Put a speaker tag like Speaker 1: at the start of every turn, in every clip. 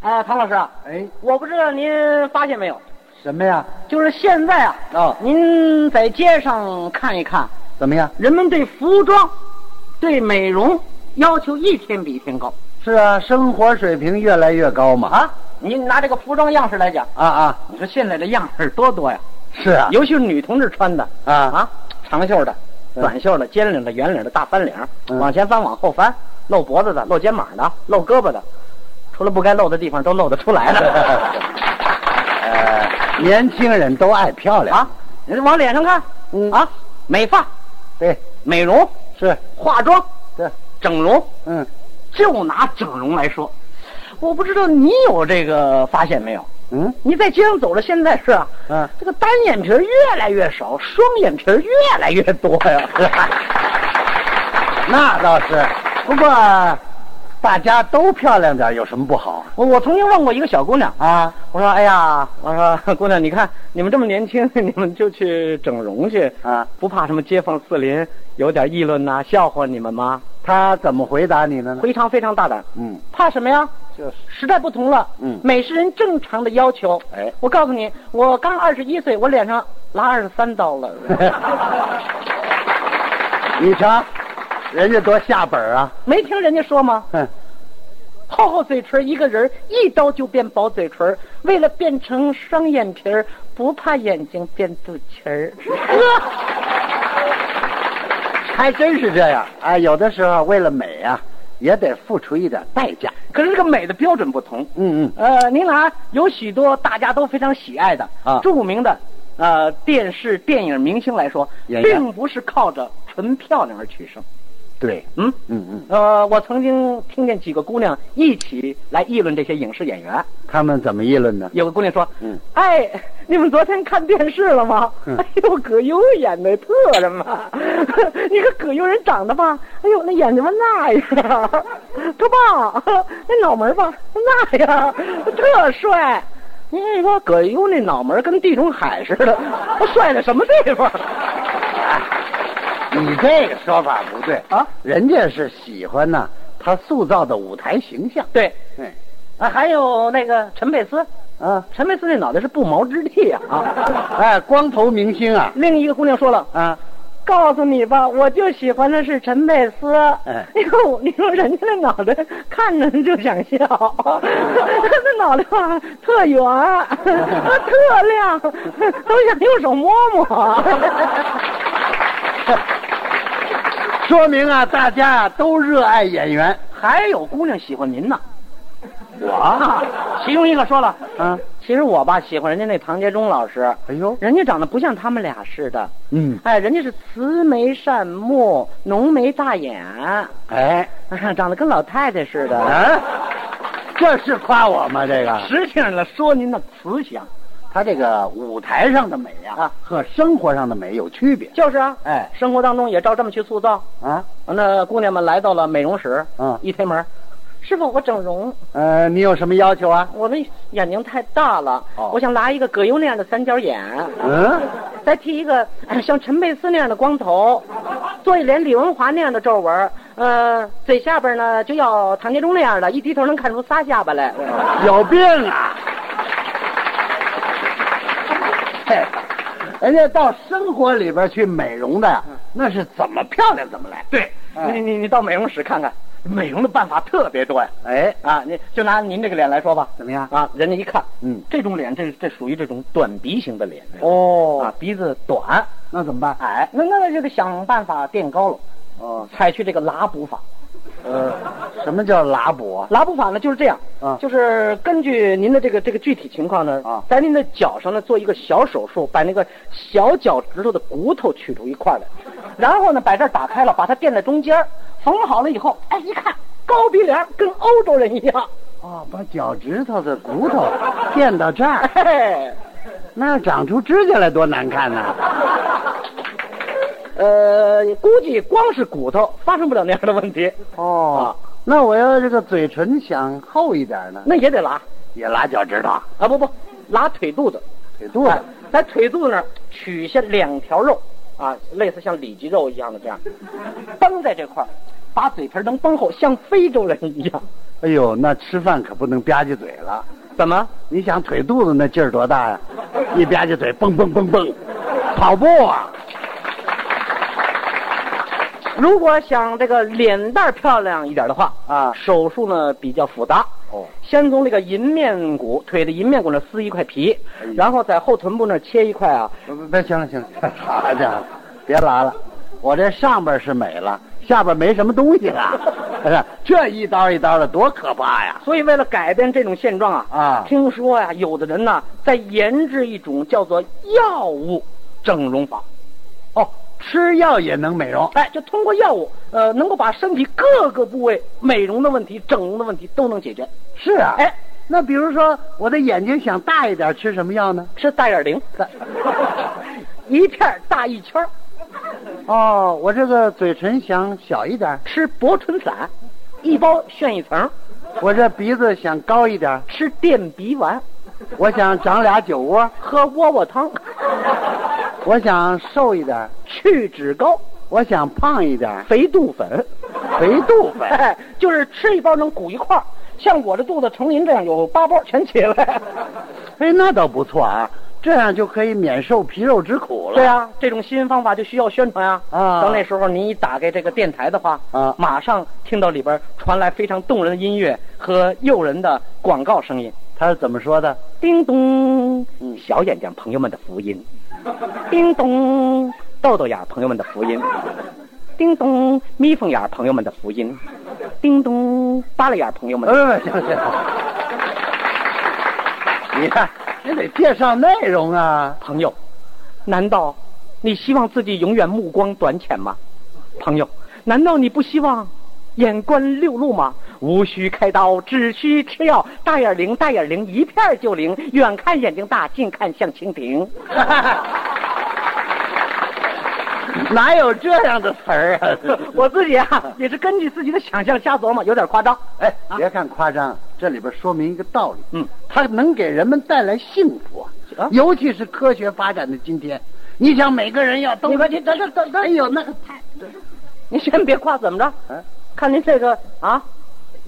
Speaker 1: 哎，庞老师啊，
Speaker 2: 哎，
Speaker 1: 我不知道您发现没有，
Speaker 2: 什么呀？
Speaker 1: 就是现在啊，
Speaker 2: 哦
Speaker 1: 您在街上看一看，
Speaker 2: 怎么样？
Speaker 1: 人们对服装、对美容要求一天比一天高
Speaker 2: 是啊，生活水平越来越高嘛。
Speaker 1: 啊。您拿这个服装样式来讲，
Speaker 2: 啊啊，
Speaker 1: 你说现在的样式多多呀，
Speaker 2: 是啊，
Speaker 1: 尤其是女同志穿的
Speaker 2: 啊
Speaker 1: 啊，长袖的、
Speaker 2: 嗯
Speaker 1: 短袖的、尖领的、圆领的、大翻领，
Speaker 2: 嗯
Speaker 1: 往前翻、往后翻，露脖子的、露肩膀的、露胳膊的，除了不该露的地方都露得出来 了
Speaker 2: 呃，年轻人都爱漂亮
Speaker 1: 啊！！你往脸上看，
Speaker 2: 嗯
Speaker 1: 啊，美发、
Speaker 2: 对，
Speaker 1: 美容、
Speaker 2: 哎是，
Speaker 1: 化妆、
Speaker 2: 对，
Speaker 1: 整容，
Speaker 2: 嗯
Speaker 1: 就拿整容来说，我不知道你有这个发现没有？
Speaker 2: 嗯
Speaker 1: 你在街上走了，现在是啊，
Speaker 2: 嗯
Speaker 1: 这个单眼皮儿越来越少，双眼皮儿越来越多呀。
Speaker 2: 那倒是。不过大家都漂亮点儿有什么不好
Speaker 1: 我我曾经问过一个小姑娘，
Speaker 2: 啊？
Speaker 1: 我说：“哎呀，我说 姑娘，你看你们这么年轻， 你们就去整容去
Speaker 2: 啊，
Speaker 1: 不怕什么街坊四邻有点议论呐、笑话你们吗
Speaker 2: 他怎么回答你的？”呢？
Speaker 1: 非常非常大胆，
Speaker 2: 嗯，
Speaker 1: 怕什么呀？
Speaker 2: 就是，
Speaker 1: 时代不同了，
Speaker 2: 嗯
Speaker 1: 美是人正常的要求。
Speaker 2: 哎
Speaker 1: 我告诉你，我刚二十一岁，我脸上拉二十三刀 了。
Speaker 2: 你瞧，人家多下本儿啊！
Speaker 1: 没听人家说吗？
Speaker 2: 哼，
Speaker 1: 厚厚嘴唇，一个人一刀就变薄嘴唇，为了变成双眼皮儿，不怕眼睛变肚脐儿。
Speaker 2: 还真是这样啊！有的时候为了美啊，也得付出一点代价。
Speaker 1: 可是这个美的标准不同。
Speaker 2: 哎嗯嗯。
Speaker 1: 呃，您拿有许多大家都非常喜爱的
Speaker 2: 啊
Speaker 1: 著名的呃电视电影明星来说，
Speaker 2: 演员
Speaker 1: 并不是靠着纯漂亮而取胜。
Speaker 2: 对，
Speaker 1: 嗯，
Speaker 2: 嗯嗯，
Speaker 1: 呃，我曾经听见几个姑娘一起来议论这些影视演员。
Speaker 2: 他们怎么议论呢？
Speaker 1: 有个姑娘说：“
Speaker 2: 嗯
Speaker 1: 哎，你们昨天看电视了吗？
Speaker 2: 嗯
Speaker 1: 哎呦，葛优演的特什么？ 你看葛优人长得吧，哎呦，那眼睛吧那样， 他爸那脑门吧那样，特帅。你说葛优那脑门跟地中海似的，他帅在什么地方？
Speaker 2: 你这个说法不对
Speaker 1: 啊
Speaker 2: 人家是喜欢呐，他塑造的舞台形象。
Speaker 1: 对，
Speaker 2: 对，
Speaker 1: 啊，还有那个陈佩斯，
Speaker 2: 啊，
Speaker 1: 陈佩斯那脑袋是不毛之地呀、啊。
Speaker 2: 哎，光头明星啊，
Speaker 1: 另一个姑娘说了。”
Speaker 2: 啊，
Speaker 1: 告诉你吧，我就喜欢的是陈佩斯。
Speaker 2: 哎
Speaker 1: 你说，你说人家那脑袋看着就想 笑，那脑袋吧特圆， 特亮，都想用手摸摸。
Speaker 2: 说明啊，大家啊都热爱演员。
Speaker 1: 还有姑娘喜欢您呢，
Speaker 2: 我，
Speaker 1: 其中一个说了，嗯
Speaker 2: 啊，
Speaker 1: 其实我吧喜欢人家那唐杰忠老师，
Speaker 2: 哎呦，
Speaker 1: 人家长得不像他们俩似的，
Speaker 2: 嗯，
Speaker 1: 哎，人家是慈眉善目，浓眉大眼，
Speaker 2: 哎，
Speaker 1: 长得跟老太太似的。
Speaker 2: 啊，这是夸我吗？这个，
Speaker 1: 实际上来说，您的慈祥。
Speaker 2: 他这个舞台上的美呀、
Speaker 1: 啊
Speaker 2: 和生活上的美有区别。
Speaker 1: 就是啊，
Speaker 2: 哎，
Speaker 1: 生活当中也照这么去塑造。
Speaker 2: 啊，
Speaker 1: 那姑娘们来到了美容室，
Speaker 2: 嗯
Speaker 1: 一推门，师傅，我整容，
Speaker 2: 呃，你有什么要求啊？
Speaker 1: 我的眼睛太大了，
Speaker 2: 哦
Speaker 1: 我想拿一个葛优那样的三角眼，
Speaker 2: 嗯，
Speaker 1: 再剃一个、哎像陈佩斯那样的光头，做一脸李文华那样的皱纹，呃，嘴下边呢就要唐杰忠那样的，一低头能看出仨下巴来。
Speaker 2: 有病啊！嘿，人家到生活里边去美容的，那是怎么漂亮怎么来。
Speaker 1: 对，
Speaker 2: 哎
Speaker 1: 你你你到美容室看看，美容的办法特别多呀。
Speaker 2: 哎，
Speaker 1: 啊，你就拿您这个脸来说吧，
Speaker 2: 怎么样
Speaker 1: 啊？人家一看，
Speaker 2: 嗯，
Speaker 1: 这种脸，这这属于这种短鼻型的脸。
Speaker 2: 哦
Speaker 1: 啊，鼻子短
Speaker 2: 那怎么办？
Speaker 1: 矮，那那就得想办法垫高了，
Speaker 2: 哦，
Speaker 1: 采取这个拉补法。
Speaker 2: 呃，什么叫拉补啊？
Speaker 1: 拉补法呢就是这样，
Speaker 2: 啊
Speaker 1: 就是根据您的这个这个具体情况呢，
Speaker 2: 啊
Speaker 1: 在您的脚上呢做一个小手术，把那个小脚趾头的骨头取出一块儿来，然后呢把这儿打开了，把它垫在中间儿，缝好了以后，哎，一看高鼻梁跟欧洲人一样，
Speaker 2: 哦，把脚趾头的骨头垫到这 儿，
Speaker 1: 嘿。
Speaker 2: 那长出指甲来多难看呐！
Speaker 1: 呃，估计光是骨头发生不了那样的问题，
Speaker 2: 哦，那我要这个嘴唇想厚一点呢，
Speaker 1: 那也得拉
Speaker 2: 也拉脚趾头、
Speaker 1: 啊，不不，拉腿肚子，
Speaker 2: 腿肚子
Speaker 1: 哎。在腿肚子那儿取下两条肉啊，类似像里脊肉一样的这样，绷在这块儿，把嘴皮儿能绷厚，像非洲人一样。
Speaker 2: 哎呦，那吃饭可不能吧唧嘴了。
Speaker 1: 怎么？
Speaker 2: 你想腿肚子那劲儿多大呀、 一吧唧嘴，蹦蹦蹦蹦，跑步啊！
Speaker 1: 如果想这个脸蛋儿漂亮一点的话
Speaker 2: 啊
Speaker 1: 手术呢比较复杂。
Speaker 2: 哦，
Speaker 1: 先从这个银面骨，腿的银面骨那儿撕一块皮，
Speaker 2: 哎
Speaker 1: 然后在后臀部那儿切一块啊。
Speaker 2: 不不，别行了行了， 好家伙，别拉了，我这上边是美了，下边没什么东西了。 哎呀这一刀一刀的多可怕呀！
Speaker 1: 所以为了改变这种现状啊，
Speaker 2: 啊
Speaker 1: 听说呀、有的人呢在研制一种叫做药物整容法，
Speaker 2: 哦，吃药也能美容。
Speaker 1: 哎，就通过药物，呃，能够把身体各个部位美容的问题、整容的问题都能解决。
Speaker 2: 是啊，
Speaker 1: 哎，
Speaker 2: 那比如说我的眼睛想大一点，吃什么药呢？
Speaker 1: 吃大眼灵， 一片儿大一圈儿
Speaker 2: 哦，我这个嘴唇想小一点，
Speaker 1: 吃薄唇散，一包炫一层，
Speaker 2: 我这鼻子想高一点，
Speaker 1: 吃垫鼻丸，
Speaker 2: 我想长俩酒窝，
Speaker 1: 喝窝窝汤，
Speaker 2: 我想瘦一点，
Speaker 1: 去脂膏，
Speaker 2: 我想胖一点，
Speaker 1: 肥肚粉，
Speaker 2: 肥肚粉。
Speaker 1: 哎， 就是吃一包能鼓一块儿。像我这肚子成您这样有八包全起来，
Speaker 2: 哎，那倒不错啊，这样就可以免受皮肉之苦了。
Speaker 1: 对啊，这种新方法就需要宣传啊。
Speaker 2: 啊
Speaker 1: 到那时候您一打开这个电台的话，
Speaker 2: 啊
Speaker 1: 马上听到里边传来非常动人的音乐和诱人的广告声音。
Speaker 2: 他是怎么说的？
Speaker 1: 叮咚，
Speaker 2: 嗯
Speaker 1: 小眼睛朋友们的福音；叮咚，豆豆眼儿朋友们的福音；叮咚，眯缝眼儿朋友们的福音；叮咚，耷拉眼儿朋友们
Speaker 2: 呃，
Speaker 1: 的。
Speaker 2: 不不行行，你看，你得介绍内容啊。
Speaker 1: 朋友，难道你希望自己永远目光短浅吗？朋友，难道你不希望眼观六路吗？无需开刀，只需吃药，大眼灵，大眼灵，一片儿就灵，远看眼睛大，近看像蜻 蜓。
Speaker 2: 哪有这样的词儿啊？
Speaker 1: 我自己啊，也是根据自己的想象瞎琢磨，有点夸张。
Speaker 2: 哎，别看夸张，这里边说明一个道理，
Speaker 1: 嗯，
Speaker 2: 它能给人们带来幸福啊，
Speaker 1: 啊
Speaker 2: 尤其是科学发展的今天，你想每个人要都，
Speaker 1: 你快去
Speaker 2: 等等等等，哎呦，那个太，
Speaker 1: 您先别夸，怎么着？
Speaker 2: 嗯
Speaker 1: 看您这个啊，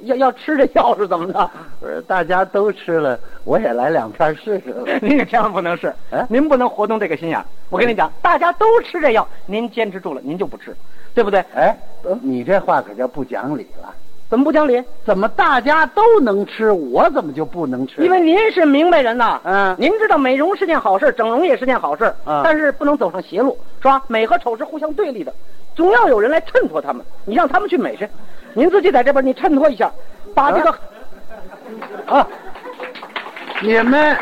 Speaker 1: 要要吃这药是怎么着？
Speaker 2: 不是大家都吃了，我也来两片试试。
Speaker 1: 您可千万不能是
Speaker 2: 嗯，
Speaker 1: 您不能活动这个心眼儿。我跟你讲，大家都吃这药，您坚持住了，您就不吃，对不对？
Speaker 2: 哎，你这话可叫不讲理了，
Speaker 1: 怎么不讲理？
Speaker 2: 怎么大家都能吃，我怎么就不能吃？
Speaker 1: 因为您是明白人呐，
Speaker 2: 嗯
Speaker 1: 您知道美容是件好事，整容也是件好事，
Speaker 2: 嗯
Speaker 1: 但是不能走上邪路，是吧？美和丑是互相对立的，总要有人来衬托他们，你让他们去美去，您自己在这边你衬托一下，把这个、
Speaker 2: 嗯啊，你们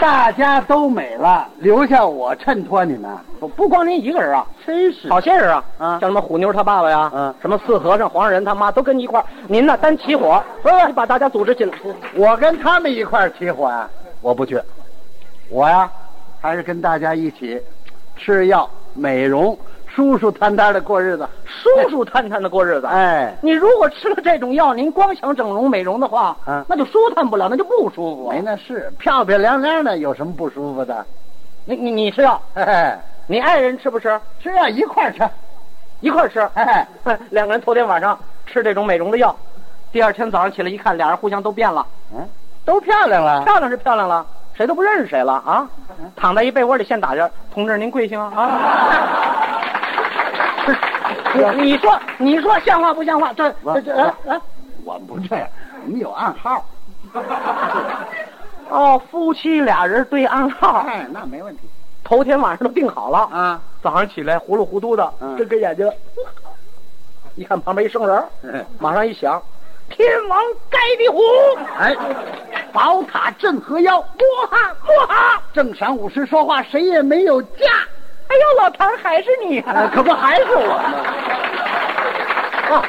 Speaker 2: 大家都美了，留下我衬托你们，
Speaker 1: 不不光您一个人啊，
Speaker 2: 真是
Speaker 1: 好些人啊，
Speaker 2: 啊
Speaker 1: 像什么虎妞他爸爸呀，
Speaker 2: 嗯
Speaker 1: 什么四和尚、黄世仁他妈都跟一块儿，您呢单起火，不是把大家组织起来，
Speaker 2: 我跟他们一块儿起火啊，我不去。我呀，还是跟大家一起吃药、美容，舒舒坦坦的过日子。
Speaker 1: 舒舒坦坦的过日子。
Speaker 2: 哎，
Speaker 1: 你如果吃了这种药，您光想整容美容的话，
Speaker 2: 嗯哎
Speaker 1: 那就舒坦不了，那就不舒服。
Speaker 2: 没那事，漂漂亮亮的有什么不舒服的？
Speaker 1: 你你你吃药，
Speaker 2: 嘿嘿，
Speaker 1: 你爱人吃不吃？
Speaker 2: 吃药一块儿吃。
Speaker 1: 一块儿吃。哎
Speaker 2: 嘿嘿，
Speaker 1: 两个人头天晚上吃这种美容的药，第二天早上起来一看，俩人互相都变了，
Speaker 2: 嗯，都漂亮了。
Speaker 1: 漂亮是漂亮了，谁都不认识谁了啊！
Speaker 2: 嗯
Speaker 1: 躺在一被窝里现打架，同志您贵姓啊？啊！ 你你说你说像话不像话？这这这哎哎
Speaker 2: 我们不这样，我们有暗号。
Speaker 1: 哦，夫妻俩人对暗号，
Speaker 2: 哎，那没问题
Speaker 1: 头天晚上都定好了，
Speaker 2: 啊。
Speaker 1: 早上起来糊里糊涂的，
Speaker 2: 嗯
Speaker 1: 睁开眼睛，一看旁边一生人儿，马上一想，天王盖地虎，
Speaker 2: 哎，宝塔镇河妖，
Speaker 1: 摸哈摸哈，
Speaker 2: 正晌午时说话，谁也没有驾。
Speaker 1: 哎呦，老唐还是你啊！
Speaker 2: 哎可不还是我吗？啊，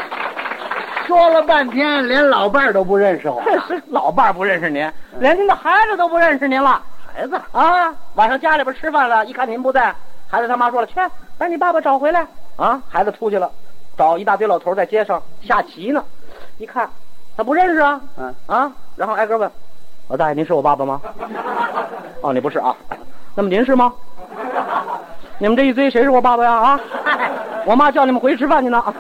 Speaker 2: 说了半天，连老伴儿都不认识我。
Speaker 1: 是 老伴儿不认识您，嗯连您的孩子都不认识您了。
Speaker 2: 孩子，
Speaker 1: 啊，晚上家里边吃饭了，一看您不在，孩子他妈说了，去把你爸爸找回来啊！孩子出去了，找一大堆老头在街上下棋呢，一看他不认识啊，
Speaker 2: 嗯
Speaker 1: 啊，然后挨个问，老大爷您是我爸爸吗？哦，你不是啊，那么您是吗？你们这一堆谁是我爸爸呀？啊，我妈叫你们回去吃饭去呢。啊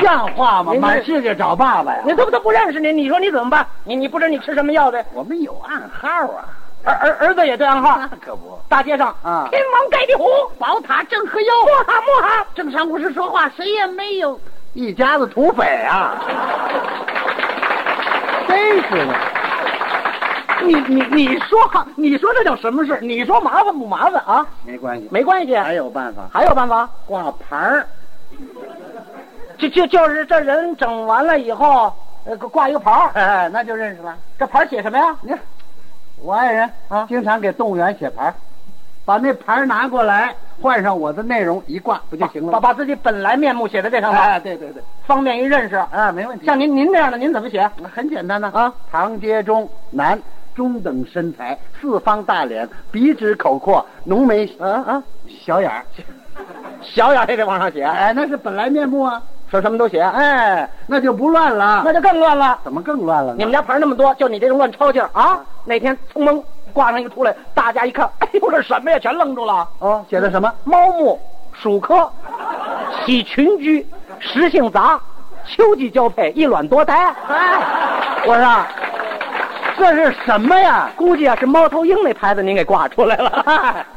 Speaker 2: 像话吗？
Speaker 1: 您这
Speaker 2: 满世界找爸爸呀！
Speaker 1: 你他不他不认识你，你说你怎么办？你你不知道你吃什么药的，
Speaker 2: 我们有暗号啊，
Speaker 1: 儿儿儿子也对暗
Speaker 2: 那
Speaker 1: 号，
Speaker 2: 可不。
Speaker 1: 大街上
Speaker 2: 啊
Speaker 1: 天王盖地虎，
Speaker 3: 宝塔镇河妖，
Speaker 1: 摸哈摸哈，
Speaker 3: 正常不是说话，谁也没有。
Speaker 2: 一家子土匪啊！真是的，
Speaker 1: 你你你说哈，你说这叫什么事？你说麻烦不麻烦啊？
Speaker 2: 没关系，
Speaker 1: 没关系，
Speaker 2: 还有办法，
Speaker 1: 还有办法，
Speaker 2: 挂牌儿。
Speaker 1: 就就就是这人整完了以后，呃，挂一个牌儿，
Speaker 2: 哎，那就认识了。
Speaker 1: 这牌儿写什么呀？
Speaker 2: 你看，我爱人
Speaker 1: 嗯啊
Speaker 2: 经常给动物园写牌儿，把那牌儿拿过来，换上我的内容一挂不就行了
Speaker 1: 把
Speaker 2: 吗？
Speaker 1: 把自己本来面目写在这上面，
Speaker 2: 哎，对对对，
Speaker 1: 方便于认识。
Speaker 2: 啊，没问题。
Speaker 1: 像您您这样的，您怎么写？
Speaker 2: 很简单呢
Speaker 1: 啊，
Speaker 2: 唐杰忠，男，中等身材，四方大脸，鼻直口阔，浓眉，
Speaker 1: 啊啊，
Speaker 2: 小眼儿。
Speaker 1: 小眼儿也得往上写，
Speaker 2: 哎，那是本来面目啊。
Speaker 1: 说什么都写，
Speaker 2: 哎，那就不乱了。
Speaker 1: 那就更乱了。
Speaker 2: 怎么更乱了
Speaker 1: 你
Speaker 2: 呢？
Speaker 1: 们家牌儿那么多，就你这种乱抄劲儿啊！哪天匆忙挂上一个出来，大家一看，哎呦，这什么呀？全愣住了。
Speaker 2: 哦，写的什么？
Speaker 1: 猫目、鼠科、喜群居、食性杂、秋季交配、一卵多胎。哎，我说，
Speaker 2: 这是什么呀？
Speaker 1: 估计啊是猫头鹰那牌子您给挂出来了。